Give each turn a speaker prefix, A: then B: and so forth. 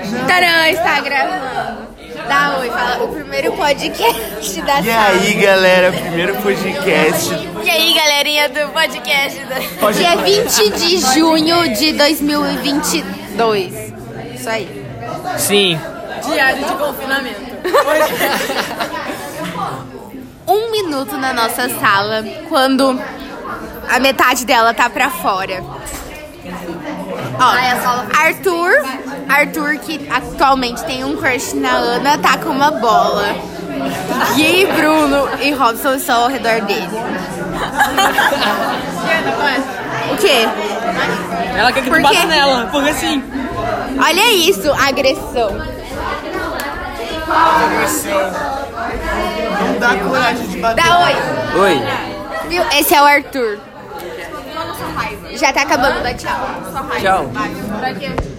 A: Instagram está gravando. Dá oi, fala o primeiro podcast da
B: E
A: sala.
B: aí, galera, primeiro podcast.
C: E aí, galerinha do podcast? da-
B: Pode
A: Dia 20 de junho de 2022. Isso aí.
B: Sim.
C: Diário de confinamento.
A: Um minuto na nossa sala quando a metade dela tá pra fora. Ó, Arthur, Arthur que atualmente tem um crush na Ana, tá com uma bola. Gui, Bruno e Robson estão ao redor dele. O quê?
D: Ela quer que
A: Por
D: tu bata
A: quê?
D: nela, porque assim.
A: Olha isso, agressão.
B: Não dá coragem de bater.
A: Dá oi.
B: Oi.
A: Viu? Esse é o Arthur. Já tá acabando, dá tchau.
B: Tchau.
A: Pra quê?